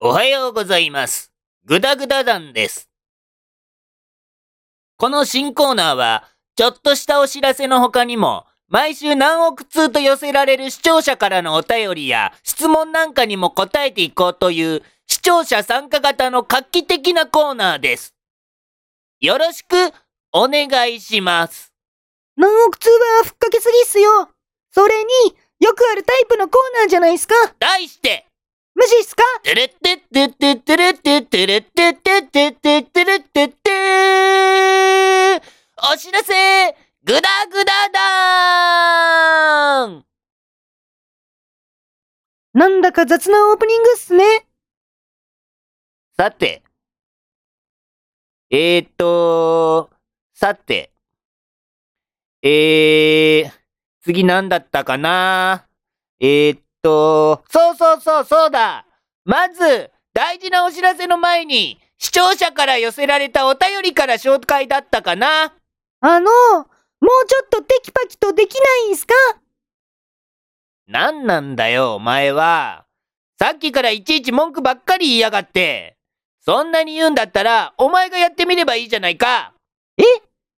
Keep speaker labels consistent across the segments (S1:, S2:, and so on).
S1: おはようございます。ぐだぐだ団です。この新コーナーは、ちょっとしたお知らせの他にも、毎週何億通と寄せられる視聴者からのお便りや質問なんかにも答えていこうという視聴者参加型の画期的なコーナーです。よろしくお願いします。
S2: 何億通はふっかけすぎっすよ。それに、よくあるタイプのコーナーじゃないっすか。
S1: 題して、
S2: 無視っすか
S1: てれってってってってれってってれってってってってってれってってお知らせぐだぐだだーん
S2: なんだか雑なオープニングっすね。
S1: さて。えーっと、さて。えー、次何だったかなえーっと、そうそうそうそうだまず、大事なお知らせの前に、視聴者から寄せられたお便りから紹介だったかな
S2: あの、もうちょっとテキパキとできないんすか
S1: なんなんだよ、お前は。さっきからいちいち文句ばっかり言いやがって。そんなに言うんだったら、お前がやってみればいいじゃないか。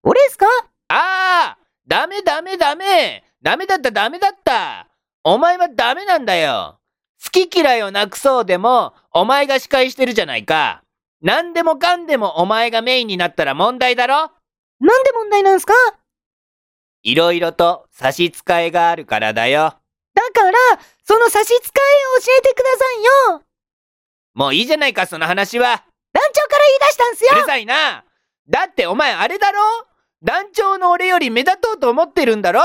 S2: 俺っすか
S1: ああダメダメダメダメだったダメだったお前はダメなんだよ好き嫌いをなくそうでも、お前が司会してるじゃないか。何でもかんでもお前がメインになったら問題だろ
S2: なんで問題なんすか
S1: いろいろと差し支えがあるからだよ。
S2: だから、その差し支えを教えてくださいよ。
S1: もういいじゃないか、その話は。
S2: 団長から言い出したんすよ
S1: うるさいなだってお前あれだろ団長の俺より目立とうと思ってるんだろ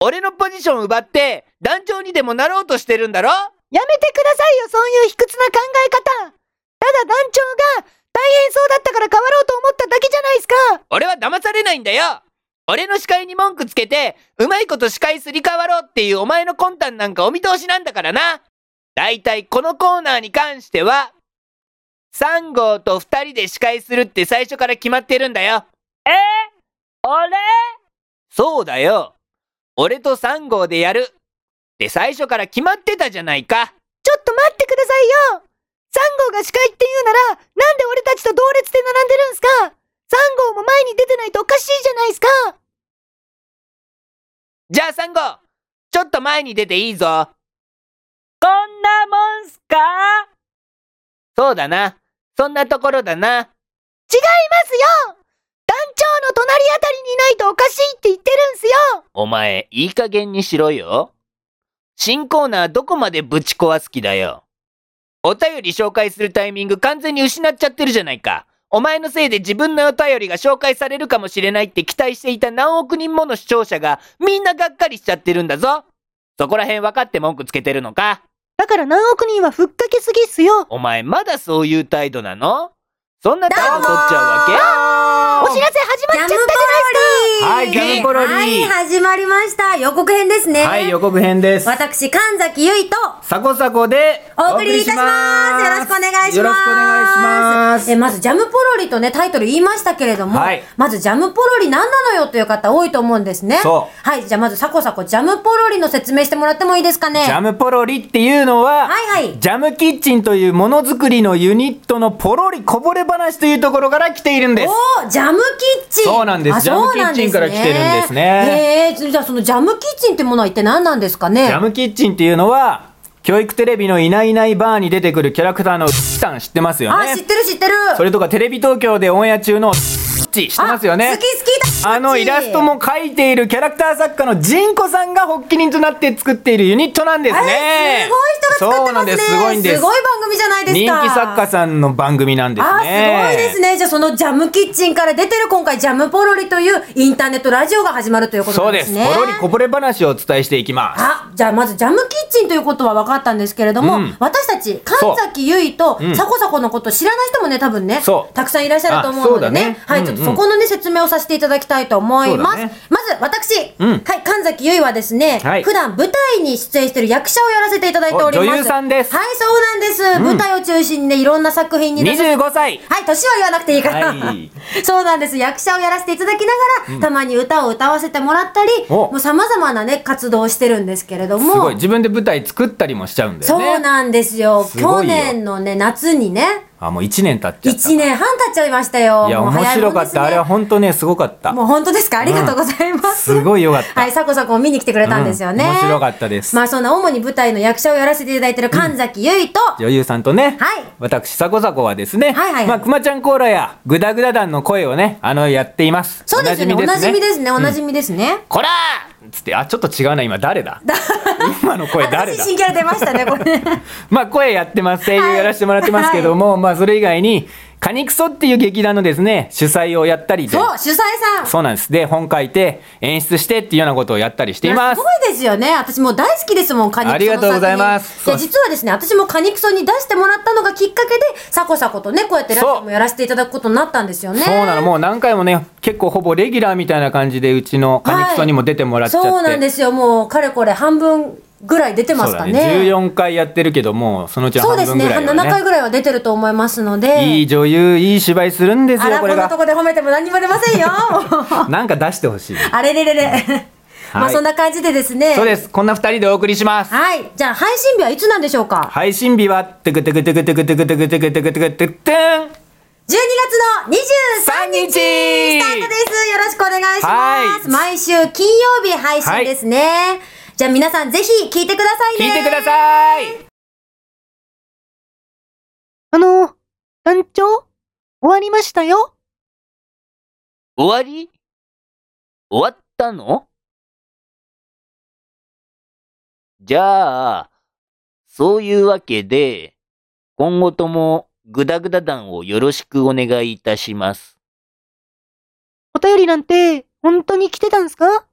S1: 俺のポジション奪って団長にでもなろうとしてるんだろ
S2: やめてくださいよ、そういう卑屈な考え方。ただ団長が大変そうだったから変わろうと思っただけじゃないっすか。
S1: 俺は騙されないんだよ俺の司会に文句つけて、うまいこと司会すり替わろうっていうお前の魂胆なんかお見通しなんだからなだいたいこのコーナーに関しては、3号と2人で司会するって最初から決まってるんだよ。え俺そうだよ。俺と3号でやるって最初から決まってたじゃないか。
S2: ちょっと待ってくださいよサンゴが司会って言うなら、なんで俺たちと同列で並んでるんすかサンゴも前に出てないとおかしいじゃないですか
S1: じゃあ3号、ちょっと前に出ていいぞ。
S2: こんなもんすか違い
S1: そうだな。そんなところだな。
S2: ますよ団長の隣あたりにいないとおかしいって言ってるんすよ
S1: お前、いい加減にしろよ。新コーナーどこまでぶち壊す気だよ。お便り紹介するタイミング完全に失っちゃってるじゃないか。お前のせいで自分のお便りが紹介されるかもしれないって期待していた何億人もの視聴者がみんながっかりしちゃってるんだぞ。そこら辺分かって文句つけてるのか
S2: だから何億人はふっかけすぎっすよ
S1: お前まだそういう態度なのそんな態度取っちゃうわ
S2: お
S1: け
S2: 知らせ始
S3: ジャ
S2: まっ
S3: ム
S2: ちゃっ
S3: ポ
S2: た
S3: ロリー
S4: はいジャムポロリー
S3: はい、始まりました。予告編ですね。
S4: はい、予告編です。
S3: 私、神崎ゆいと、
S4: サコサコで
S3: お送りいたします。よろしくお願いします。
S4: よろしくお願いします。
S3: え、まず、ジャムポロリとね、タイトル言いましたけれども、
S4: はい
S3: まず、ジャムポロリ何なのよという方多いと思うんですね。
S4: そう
S3: はい、じゃあまず、サコサコ、ジャムポロリの説明してもらってもいいですかね。
S4: ジャムポロリっていうのは、
S3: はいはい
S4: ジャムキッチンというものづくりのユニットのポロリこぼれ話というところから来ているんです。
S3: おージャムキッチン
S4: そうなんです
S3: あそうなんですね
S4: ジャムキッチンから来てるんですね
S3: へえじゃあそのジャムキッチンってものは一体何なんですかね
S4: ジャムキッチンっていうのは、教育テレビのいないいないバーに出てくるキャラクターのさん知ってますよ
S3: あ知っ
S4: ね。
S3: てる知ってる
S4: それとかテレビ東京でオンエア中の知ってますよね。
S3: あ好き好きだ
S4: あのイラストも描いているキャラクター作家のジンコさんが発起人となって作っているユニットなんです
S3: えー
S4: ね
S3: すごい人が作ってますね
S4: そうなんですすごいんです
S3: すごい番組じゃないですか
S4: 人気作家さんの番組なんですね
S3: あーすごいですねじゃあそのジャムキッチンから出てる今回ジャムポロリというインターネットラジオが始まるということ
S4: そ
S3: な
S4: うん
S3: で
S4: ですす、
S3: ね
S4: ポロリこぼれ話をお伝えしていきます
S3: あじゃあまずジャムキッチンということは分かったんですけれども、
S4: うん
S3: 私たち神崎ゆいと
S4: ん
S3: サコサコのこと知らない人もね多分ね
S4: そう
S3: たくさんいらっしゃると思うのでね
S4: あそうだね
S3: はい、
S4: うん
S3: ちょっとそこのね説明をさせていただきたいと思います、
S4: そうだね
S3: まず私、
S4: うん
S3: はい神崎ゆいはですね、
S4: はい
S3: 普段舞台に出演している役者をやらせていただいております
S4: お女優さんです
S3: はいそうなんです、舞台を中心にね、いろんな作品に出させて
S4: 25歳
S3: はい、年は言わなくていいから。
S4: はい
S3: そうなんです。役者をやらせていただきながら、たまに歌を歌わせてもらったり、
S4: お
S3: もう様々なね、活動をしてるんですけれども。
S4: すごい自分で舞台作ったりもしちゃうんだよね
S3: そうなんですよ。
S4: すご
S3: 去
S4: いよ
S3: 年のね、夏にね、
S4: あもう1年経っちゃった
S3: 1年半経っちゃいましたよ。
S4: いや
S3: もう
S4: 面
S3: 早いも
S4: 白
S3: ん
S4: か
S3: で
S4: っ
S3: すね
S4: たあれは本当ねすごかった
S3: もう本当ですかありがとうございます。
S4: すごいよかった
S3: はい、サコサコも見に来てくれたんですよね。
S4: うん面白かったです
S3: まあそんな主に舞台の役者をやらせていただいてる神崎結衣と、
S4: 女優さんとね、
S3: はい
S4: 私サコサコはです
S3: は
S4: ね、
S3: いはいはい
S4: まあくまちゃんコーラやグダグダ団の声をねあのやっています
S3: そうですよね。おなじみですね。おな
S4: み
S3: じみですね。
S1: こら
S4: うんつってあちょっと違うな今 誰だ今の声誰
S3: 私
S4: だ
S3: 新キャラ出ましたね、これ。
S4: まあ声やってます声優
S3: はい
S4: やらせてもらってますけども、まあそれ以外にカニクソっていう劇団のですね主催をやったりで
S3: そう、主催さん。
S4: そうなんですで本書いて演出してっていうようなことをやったりしています
S3: すごいですよね。私もう大好きですもん、カニクソの作品。
S4: ありがとうございます
S3: で
S4: そう
S3: 実はですね、私もカニクソに出してもらったのがきっかけで、サコサコとね、こうやってラジオもやらせていただくことになったんですよね。
S4: そうなの、もう何回もね、結構ほぼレギュラーみたいな感じで、うちのカニクソにも出てもらっちゃって。
S3: そうなんですよ。もう、かれこれ半分ぐらい出てますかね。
S4: そうだ14回やってるけども、そのうちの
S3: そう
S4: 半
S3: です
S4: 分
S3: ね。
S4: ぐらいは
S3: 7回
S4: ね。
S3: ぐらいは出てると思いますので。
S4: いい女優、いい芝居するんです
S3: あ
S4: よ、
S3: ら、
S4: こ
S3: こ
S4: れ
S3: んなと
S4: が。
S3: こで褒めても何にも出ま せんよ。
S4: なんか出してほしい。
S3: あれれれれ。まあそんな感じでですね。
S4: そうです。こんな二人でお送りします。
S3: はい。じゃあ配信日はいつなんでしょうか
S4: 配信日は、テクテクテクテクテクテクテクテクテクテクテン
S3: ?12 月の23
S4: !3
S3: 日
S4: 日
S3: スタートです。よろしくお願いします。
S4: はい
S3: 毎週金曜日配信ですね。じゃあ皆さんぜひ聞いてくださいね。
S4: 聞いてください
S2: あのー、団長終わりましたよ
S1: 終わり終わったのじゃあ、そういうわけで、今後ともグダグダ団をよろしくお願いいたします。
S2: お便りなんて、本当に来てたんすか